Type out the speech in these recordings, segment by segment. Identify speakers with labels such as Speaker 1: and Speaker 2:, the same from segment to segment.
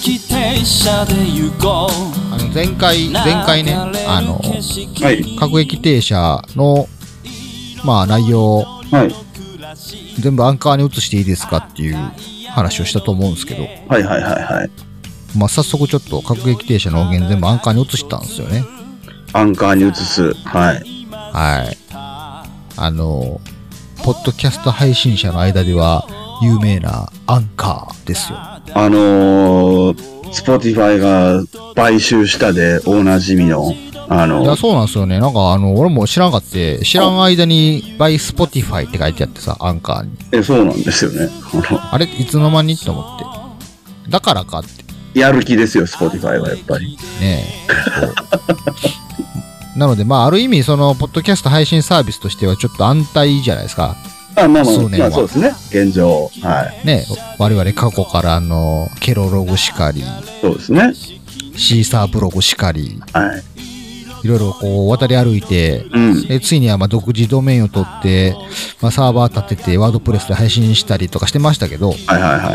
Speaker 1: 列車で行こう
Speaker 2: あの前回前回ねあの
Speaker 3: はい。
Speaker 2: 各駅停車のまあ内容を
Speaker 3: はい。
Speaker 2: 全部アンカーに移していいですかっていう話をしたと思うんですけど、
Speaker 3: はいはいはいはい。
Speaker 2: まあ、早速ちょっと各駅停車の音源全部アンカーに移したんですよね
Speaker 3: アンカーに移す。はい。
Speaker 2: はいあのポッドキャスト配信者の間では有名なアンカーですよ
Speaker 3: あのー、スポティファイが買収したでおなじみの、あ
Speaker 2: い
Speaker 3: の
Speaker 2: や、、そうなんですよね。なんか、あの、俺も知らんかって、知らん間に、by Spotify って書いてあってさ、アンカーに。
Speaker 3: え、そうなんですよね。 あ
Speaker 2: あれ、いつの間にって思って。だからかって、
Speaker 3: のやる気ですよ、スポティファイはやっぱり。
Speaker 2: ねえ。こう なので、まあ、ある意味、その、ポッドキャスト配信サービスとしては、ちょっと安泰じゃないですか。
Speaker 3: あ、まあまあ、
Speaker 2: そうね
Speaker 3: まあそうですね。現状。はい。
Speaker 2: ねえ、我々過去から、あの、ケロログしかり、
Speaker 3: そうですね。
Speaker 2: シーサーブログしかり、
Speaker 3: はい。
Speaker 2: いろいろこう、渡り歩いて、
Speaker 3: うん。
Speaker 2: えついにはまあ独自ドメインを取って、まあ、サーバー立ててワードプレスで配信したりとかしてましたけど、
Speaker 3: はいはいはいはいは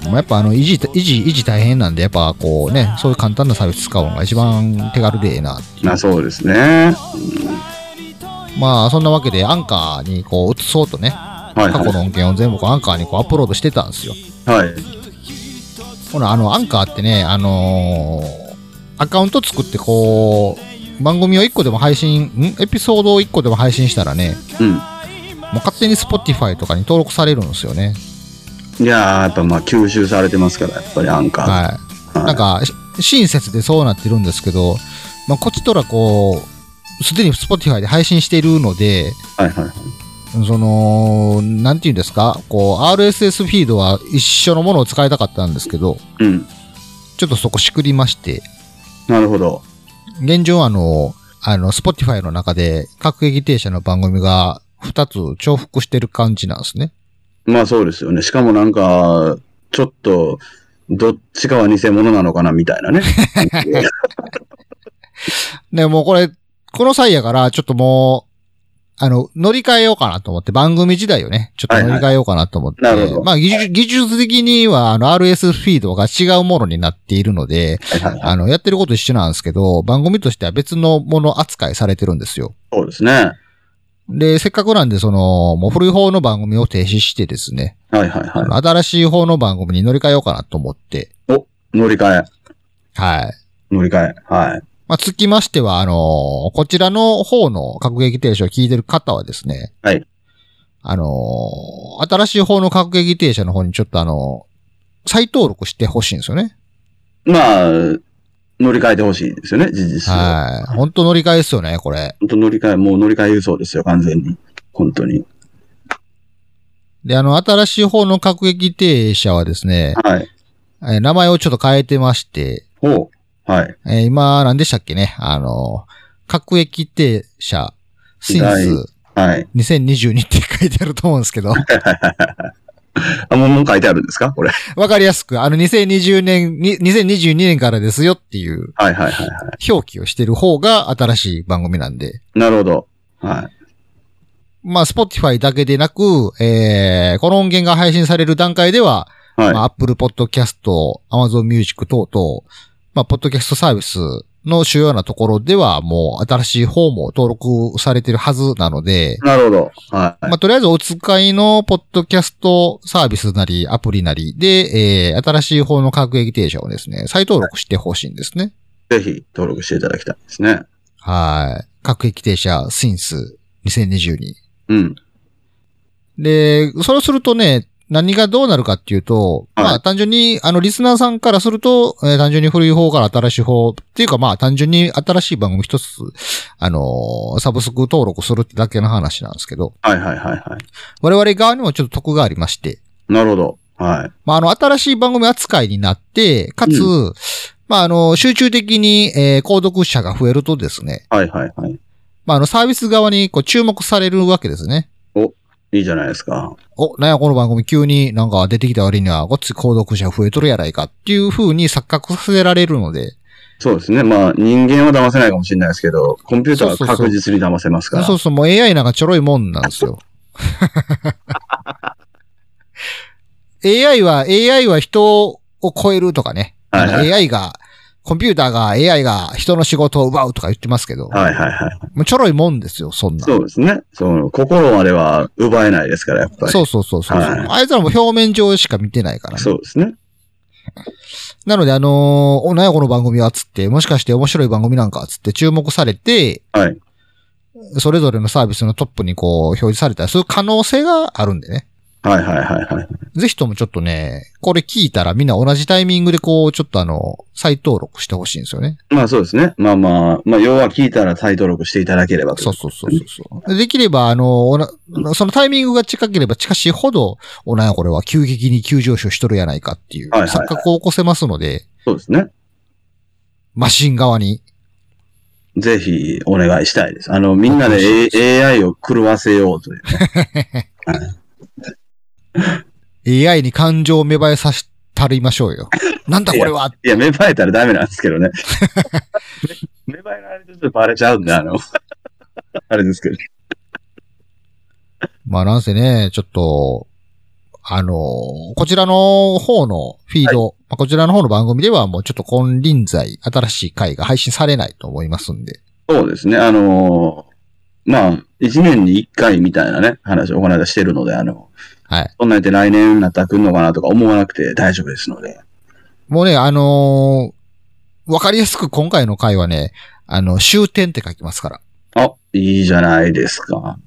Speaker 3: い。
Speaker 2: まあ、やっぱあの維持維持維持大変なんでやっぱこうねそういう簡単なサービス使うのが一番手軽でええな
Speaker 3: まあそうですね。
Speaker 2: まあそんなわけでアンカーにこう移そうとね
Speaker 3: はい
Speaker 2: 過去
Speaker 3: は
Speaker 2: の音源を全部こうアンカーにこうアップロードしてたんですよ
Speaker 3: い。はい。
Speaker 2: ほらあのアンカーってねあのーアカウント作ってこう番組を1個でも配信んエピソードを1個でも配信したらね
Speaker 3: うん。
Speaker 2: もう勝手に Spotify とかに登録されるんですよね
Speaker 3: いやー、やっぱまあ吸収されてますから、やっぱりアンカー。
Speaker 2: はい。
Speaker 3: はい
Speaker 2: なんか、し親切でそうなってるんですけど、まあ、こっちとらこう、すでに Spotify で配信しているので、
Speaker 3: はいはいはい。
Speaker 2: その、なんていうんですか、こう、RSS フィードは一緒のものを使いたかったんですけど、
Speaker 3: うん。
Speaker 2: ちょっとそこしくりまして、
Speaker 3: なるほど。
Speaker 2: 現状あの、あの、Spotify の中で各駅停車の番組が2つ重複してる感じなんですね。
Speaker 3: まあそうですよね。しかもなんか、ちょっと、どっちかは偽物なのかなみたいな ね。
Speaker 2: で、もうこれ、この際やから、ちょっともう、あの、乗り換えようかなと思って、番組時代をね、ちょっと乗り換えようかなと思って、
Speaker 3: はいはいなるほど
Speaker 2: まあ技術、技術的には、あの、RS フィードが違うものになっているので、
Speaker 3: はいはいはい
Speaker 2: あの、やってること一緒なんですけど、番組としては別のもの扱いされてるんですよ。
Speaker 3: そうですね。は
Speaker 2: で、せっかくなんで、その、もう古い方の番組を停止してですね、
Speaker 3: いはいは
Speaker 2: あの新しい方の番組に乗り換えようかなと思って、
Speaker 3: い。乗り換え。
Speaker 2: はい。
Speaker 3: 乗り換え。はい。
Speaker 2: まあ、つきましては、あのーこちらの方の各駅停車を聞いてる方はですね。
Speaker 3: はい。
Speaker 2: あのー新しい方の各駅停車の方にちょっとあのー再登録してほしいんですよね。
Speaker 3: まあ、乗り換えてほしいですよね、事実上。
Speaker 2: はい。本当乗り換えですよね、これ。
Speaker 3: 本当乗り換え、もう乗り換え輸送ですよ、完全に。本当に。
Speaker 2: で、あの、新しい方の各駅停車はですね、
Speaker 3: はい。
Speaker 2: えー名前をちょっと変えてまして、
Speaker 3: ほう。はい。
Speaker 2: えー今、何でしたっけね、あのー各駅停車、シン
Speaker 3: はい
Speaker 2: ス
Speaker 3: はい。
Speaker 2: 2022って書いてあると思うんですけど、
Speaker 3: あ、もうもう書いてあるんですかこれ。
Speaker 2: わかりやすく、あの、2020年、に2022年からですよっていう
Speaker 3: はいはいはいは
Speaker 2: 表記をしてる方が新しい番組なんで。
Speaker 3: い。なるほど。はい。
Speaker 2: まあ、Spotify だけでなく、えー、この音源が配信される段階では、
Speaker 3: はい。
Speaker 2: まあ、Apple Podcast、Amazon Music 等々、まあ、ポッドキャストサービスの主要なところでは、もう新しい方も登録されてるはずなので、
Speaker 3: なるほど。はい。
Speaker 2: まあ、とりあえずお使いのポッドキャストサービスなり、アプリなりで、えー、新しい方の各駅停車をですね、再登録してほしいんですね。
Speaker 3: ぜひ登録していただきたいですね。
Speaker 2: はい。各駅停車、シンス2022。
Speaker 3: うん。
Speaker 2: で、それをするとね、何がどうなるかっていうと、
Speaker 3: はい
Speaker 2: まあ単純に、あの、リスナーさんからすると、えー単純に古い方から新しい方、っていうかまあ単純に新しい番組一つ、あのーサブスク登録するってだけの話なんですけど、
Speaker 3: はいはいはいは
Speaker 2: 我々側にもちょっと得がありまして、
Speaker 3: い。なるほど。はい。
Speaker 2: まあ、あの、新しい番組扱いになって、かつ、まあ、あの、集中的に、えー、購読者が増えるとですね、
Speaker 3: はいはいはい。
Speaker 2: まあ、あの、サービス側に、こう、注目されるわけですね。
Speaker 3: いいじゃないですか。
Speaker 2: お、なんやこの番組急になんか出てきた割には、ごっつい購読者増えとるやないかっていう風に錯覚させられるので、
Speaker 3: そうですね。まあ、人間は騙せないかもしれないですけど、コンピューターは
Speaker 2: そうそうそう
Speaker 3: 確実に騙せますから。
Speaker 2: そうそう、もう AI なんかちょろいもんなんですよ。AI は、AI は人を超えるとかね。な
Speaker 3: は
Speaker 2: ん
Speaker 3: い
Speaker 2: か
Speaker 3: はい
Speaker 2: AI が、コンピューターが AI が人の仕事を奪うとか言ってますけど、
Speaker 3: はいはいはい。
Speaker 2: もうちょろいもんですよ、そんな。
Speaker 3: そうですね。その、心までは奪えないですから、やっぱり。
Speaker 2: そううそうそうそう。
Speaker 3: はい
Speaker 2: あいつらも表面上しか見てないから、ね。
Speaker 3: そうですね。
Speaker 2: なので、あのーお、なんやこの番組はっつって、もしかして面白い番組なんかっつって注目されて、
Speaker 3: はい。
Speaker 2: それぞれのサービスのトップにこう、表示されたりする可能性があるんでね。
Speaker 3: はいはいはいはい。
Speaker 2: ぜひともちょっとね、これ聞いたらみんな同じタイミングでこう、ちょっとあの、再登録してほしいんですよね。
Speaker 3: まあそうですね。まあまあ、まあ要は聞いたら再登録していただければと
Speaker 2: そうそうそうそうそう。できれば、あの、おなそのタイミングが近ければ近しいほど、おなんやこれは急激に急上昇しとるやないかっていう、
Speaker 3: はいはいはい
Speaker 2: 錯覚を起こせますので、
Speaker 3: そうですね。
Speaker 2: マシン側に。
Speaker 3: ぜひお願いしたいです。あの、みんなで、A、AI を狂わせようという。
Speaker 2: AI に感情を芽生えさせたりましょうよ。 なんだこれはい
Speaker 3: や、芽生えたらダメなんですけどね。 芽生えられるとちょっとバレちゃうんで、あの、 あれですけど。
Speaker 2: まあなんせね、ちょっと、あの、こちらの方のフィード、まあこちらの方の番組ではもうちょっと金輪際、新しい回が配信されないと思いますんで。
Speaker 3: そうですね。あのーまあ、一年に一回みたいなね、話をこの間してるので、あの、
Speaker 2: はい。
Speaker 3: そんなんやって来年になったら来るのかなとか思わなくて大丈夫ですので。
Speaker 2: もうね、あのーわかりやすく今回の回はね、あの、終点って書きますから。
Speaker 3: あ、いいじゃないですか。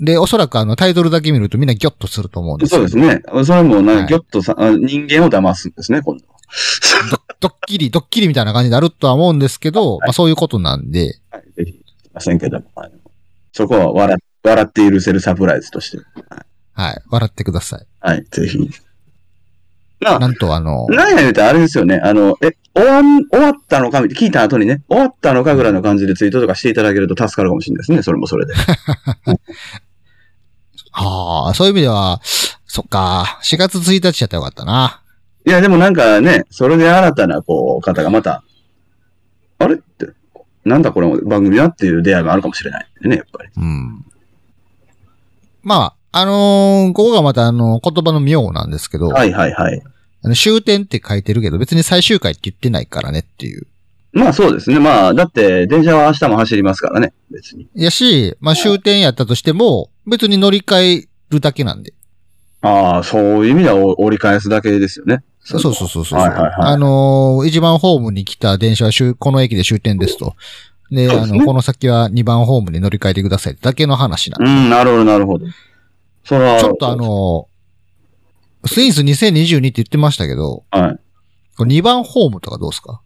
Speaker 2: で、おそらくあの、タイトルだけ見るとみんなギョッとすると思うんです
Speaker 3: そうですね。それもなんか、ぎょっとさ、あ人間を騙すんですね、今度。
Speaker 2: ドッキリ、ドッキリみたいな感じになるとは思うんですけど、まあそういうことなんで、
Speaker 3: はい、ぜひ、いませんけども、あのそこは笑笑って許せるサプライズとして。
Speaker 2: はい、笑ってください。
Speaker 3: はい、ぜひ。まあ、
Speaker 2: なんとあの、
Speaker 3: なんや言うたらあれですよね。あの、え、終わん、終わったのかみたいな聞いた後にね、終わったのかぐらいの感じでツイートとかしていただけると助かるかもしれないですね。それも それで。
Speaker 2: ああ、そういう意味では、そっか、4月1日やったらよかったな。
Speaker 3: いや、でもなんかね、それで新たな、こう、方がまた、あれって、なんだこれ番組だっていう出会いがあるかもしれないんでね、やっぱり。
Speaker 2: うん。まあ、あのーここがまたあの、言葉の妙なんですけど、
Speaker 3: はいはいはい。
Speaker 2: あの終点って書いてるけど、別に最終回って言ってないからねっていう。
Speaker 3: まあそうですね。まあ、だって、電車は明日も走りますからね、別に。
Speaker 2: やし、まあ終点やったとしても、別に乗り換えるだけなんで。
Speaker 3: ああ、そういう意味ではお折り返すだけですよね。
Speaker 2: そうそうそうそうそう。
Speaker 3: はいはいはい
Speaker 2: あのー、1番ホームに来た電車は終この駅で終点ですと。で、
Speaker 3: そう
Speaker 2: あ
Speaker 3: ですね
Speaker 2: の、この先は2番ホームに乗り換えてくださいってだけの話なんで
Speaker 3: うん、なるほど、なるほど。それは、
Speaker 2: ちょっとあ、の、スイーツ2022って言ってましたけど、
Speaker 3: はい。
Speaker 2: これ2番ホームとかどうですか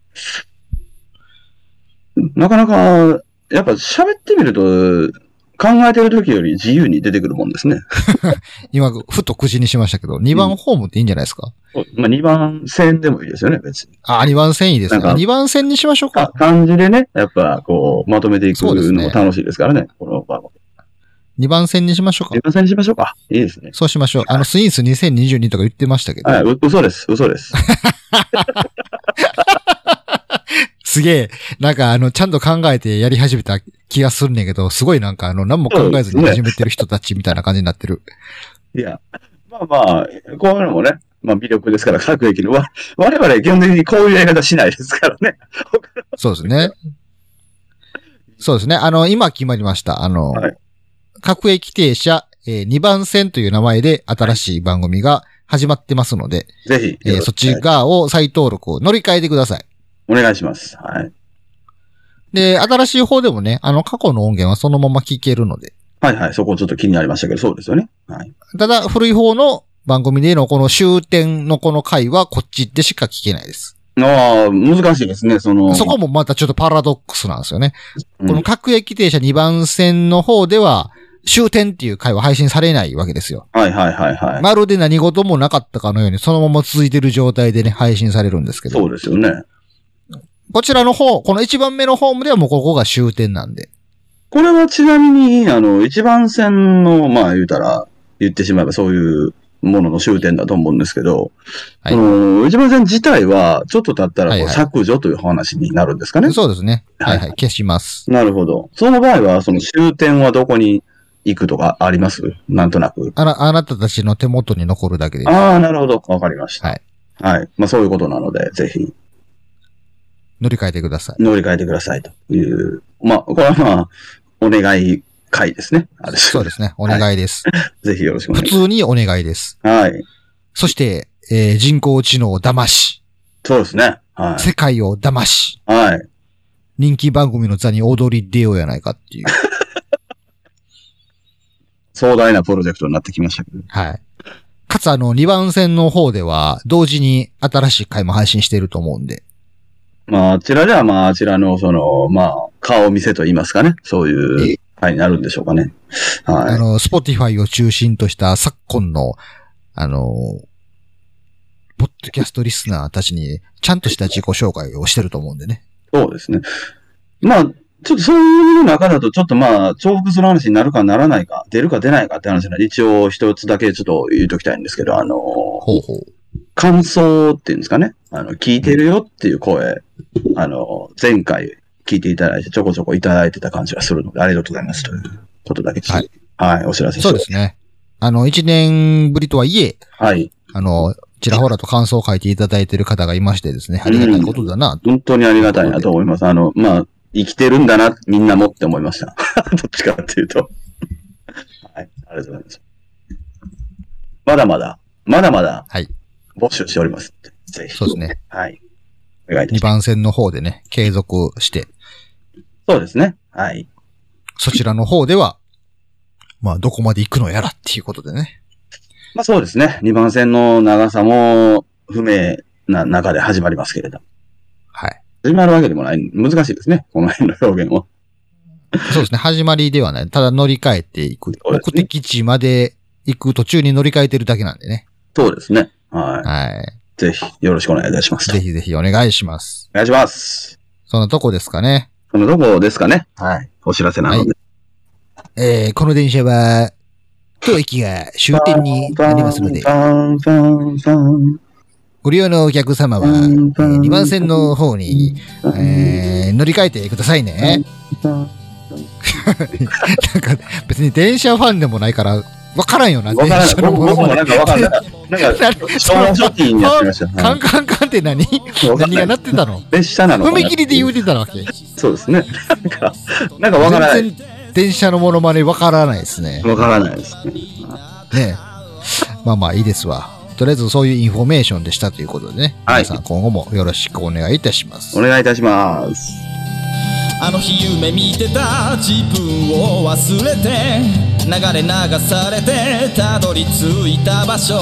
Speaker 3: なかなか、やっぱ喋ってみると、考えてる時より自由に出てくるもんですね。
Speaker 2: 今、ふと口にしましたけど、2番ホームっていいんじゃないですか、
Speaker 3: まあ、2番線でもいいですよね、別に。
Speaker 2: あ、2番線いいです
Speaker 3: な
Speaker 2: か
Speaker 3: んか
Speaker 2: ?2 番線にしましょう
Speaker 3: か
Speaker 2: か。
Speaker 3: 感じでね、やっぱ、こう、まとめていく
Speaker 2: そうです
Speaker 3: の
Speaker 2: ね
Speaker 3: も楽しいですからね、この番組。
Speaker 2: 2番線にしましょうか
Speaker 3: 2。番線にしましょうか。いいですね。
Speaker 2: そうしましょう。あの、スイーツ2022とか言ってましたけど、
Speaker 3: はい、う嘘です、嘘 です。
Speaker 2: すげえ、なんかあの、ちゃんと考えてやり始めた気がするんやけど、すごいなんかあの、何も考えずに始めてる人たちみたいな感じになってる。
Speaker 3: いや、まあまあ、こういうのもね、まあ魅力ですから、各駅の。わ我々基本的にこういうやり方しないですからね。
Speaker 2: そうですね。そうですね。あの、今決まりました。あの、
Speaker 3: はい
Speaker 2: 各駅停車、え2番線という名前で新しい番組が始まってますので、
Speaker 3: ぜひ、
Speaker 2: えーそっち側を再登録を乗り換えてください。
Speaker 3: お願いします。はい。
Speaker 2: で、新しい方でもね、あの、過去の音源はそのまま聞けるので、
Speaker 3: はいはい、そこちょっと気になりましたけど、そうですよね。はい。
Speaker 2: ただ、古い方の番組でのこの終点のこの回はこっちでしか聞けないです。
Speaker 3: ああ、難しいですね、その。
Speaker 2: そこもまたちょっとパラドックスなんですよね。
Speaker 3: うん
Speaker 2: この各駅停車2番線の方では、終点っていう回は配信されないわけですよ。
Speaker 3: はいはいはいはい。
Speaker 2: まるで何事もなかったかのように、そのまま続いてる状態でね、配信されるんですけど。
Speaker 3: そうですよね。
Speaker 2: こちらの方、この1番目のホームではもうここが終点なんで。
Speaker 3: これはちなみに、あの、一番線の、まあ言うたら、言ってしまえばそういうものの終点だと思うんですけど、
Speaker 2: はい
Speaker 3: その一番線自体は、ちょっと経ったらこ
Speaker 2: はいうはい
Speaker 3: 削除という話になるんですかね。
Speaker 2: そうですね。は
Speaker 3: はいい
Speaker 2: はい、消します。
Speaker 3: なるほど。その場合は、その終点はどこに行くとかありますなんとなく。
Speaker 2: あな、あなたたちの手元に残るだけで。
Speaker 3: ああ、なるほど。わかりました。
Speaker 2: はい。
Speaker 3: はい。まあそういうことなので、ぜひ。
Speaker 2: 乗り換えてく ださい。
Speaker 3: 乗り換えてくださいという、まあ、これはまあ、お願い会ですね。あれ
Speaker 2: そうですね。お願いです。
Speaker 3: ぜひよろしくお願
Speaker 2: 普
Speaker 3: いしま
Speaker 2: 通にお願いです。
Speaker 3: す。はい。
Speaker 2: そして、えー人工知能を騙し、
Speaker 3: そうですね。は
Speaker 2: 世界を騙し、
Speaker 3: い。はい。
Speaker 2: 人気番組の座に踊り出ようやないか っていう。
Speaker 3: 壮大なプロジェクトになってきましたけど。
Speaker 2: はい。かつあの、2番線の方では、同時に新しい回も配信してると思うんで。
Speaker 3: まあ、あちらでは、まあ、あちらの、その、まあ、顔見せと言いますかね。そういう会になるんでしょうかね。
Speaker 2: あ
Speaker 3: は
Speaker 2: の、スポティファイを中心とした昨今の、あの、ポッドキャストリスナーたちに、ちゃんとした自己紹介をしてると思うんでね。
Speaker 3: い。そうですね。まあ、ちょっとそういう中だと、ちょっとまあ、重複する話になるかならないか、出るか出ないかって話なんで、一応一つだけちょっと言うときたいんですけど、あの、
Speaker 2: ほうほう。
Speaker 3: 感想っていうんですかね。あの、聞いてるよっていう声、あの、前回聞いていただいて、ちょこちょこいただいてた感じがするので、ありがとうございますということだけちょっとはい、お知らせして
Speaker 2: そうですね。あの、1年ぶりとはいえ、
Speaker 3: はい。
Speaker 2: あの、ちらほらと感想を書いていただいてる方がいましてですね、ありがたいことだな。
Speaker 3: 本当にありがたいなと思います。あの、まあ、生きてるんだな、みんなもって思いました。 どっちかっていうと。はい、ありがとうございます。まだまだ、まだまだ、
Speaker 2: はい
Speaker 3: 募集しております。ぜひ。
Speaker 2: そうですね。
Speaker 3: はい。お願いいた
Speaker 2: 2
Speaker 3: します。
Speaker 2: 番線の方でね、継続して、
Speaker 3: そうですね。はい。
Speaker 2: そちらの方では、まあ、どこまで行くのやらっていうことでね。
Speaker 3: まあそうですね。2番線の長さも不明な中で始まりますけれど。
Speaker 2: はい。
Speaker 3: 始まるわけでもない。難しいですね。この辺の表現を。
Speaker 2: そうですね。始まりではない。ただ乗り換えていく。
Speaker 3: そうですね
Speaker 2: 目的地まで行く途中に乗り換えてるだけなんでね。
Speaker 3: そうですね。は
Speaker 2: はい。
Speaker 3: い。ぜひよろしくお願いいたします。
Speaker 2: ぜひぜひお願いします。
Speaker 3: お願いします。
Speaker 2: そんなとこですかね。
Speaker 3: そのどこですかね。はい。お知らせなので。
Speaker 2: えー、この電車は、当駅が終点になりますので、
Speaker 3: バンバンバン
Speaker 2: ご利用のお客様は、えー、2番線の方に、
Speaker 3: バン
Speaker 2: えー、乗り換えてくださいね。なんか、別に電車ファンでもないから、わからんよな、
Speaker 3: わ
Speaker 2: 電
Speaker 3: か らない。
Speaker 2: 車の
Speaker 3: 僕僕
Speaker 2: も
Speaker 3: も
Speaker 2: の
Speaker 3: なんかわかんない。 なんか、
Speaker 2: そ
Speaker 3: 少
Speaker 2: の
Speaker 3: 年初期にやってました。
Speaker 2: カ
Speaker 3: は
Speaker 2: ンカンカンって 何
Speaker 3: いわか
Speaker 2: 何
Speaker 3: んな
Speaker 2: が
Speaker 3: い
Speaker 2: 鳴ってたの
Speaker 3: 列車なのかな
Speaker 2: 踏切で言うてたわけ。
Speaker 3: そうですね。なんか、なんかわからない。
Speaker 2: 全然電車のモノマネわからないですね。
Speaker 3: わからないですね。
Speaker 2: ねえまあまあいいですわ。とりあえずそういうインフォメーションでしたということでね。
Speaker 3: はい
Speaker 2: 皆さん今後もよろしくお願いいたします
Speaker 3: お。願いいたします。
Speaker 1: あの日夢見てた自分を忘れて流れ流されてたどり着いた場所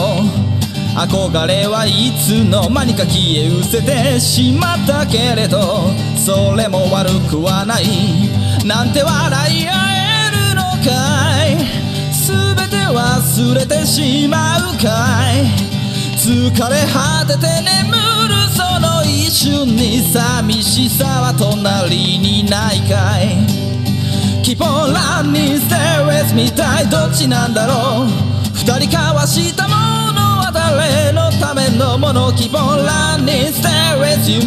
Speaker 1: 憧れはいつの間にか消え失せてしまったけれどそれも悪くはないなんて笑い合えるのかい全て忘れてしまうかい疲れ果てて眠るその一瞬に寂しさは隣にないかい Keep on running, stay with me たいどっちなんだろう二人交わしたものは誰のためのもの Keep on running, stay with you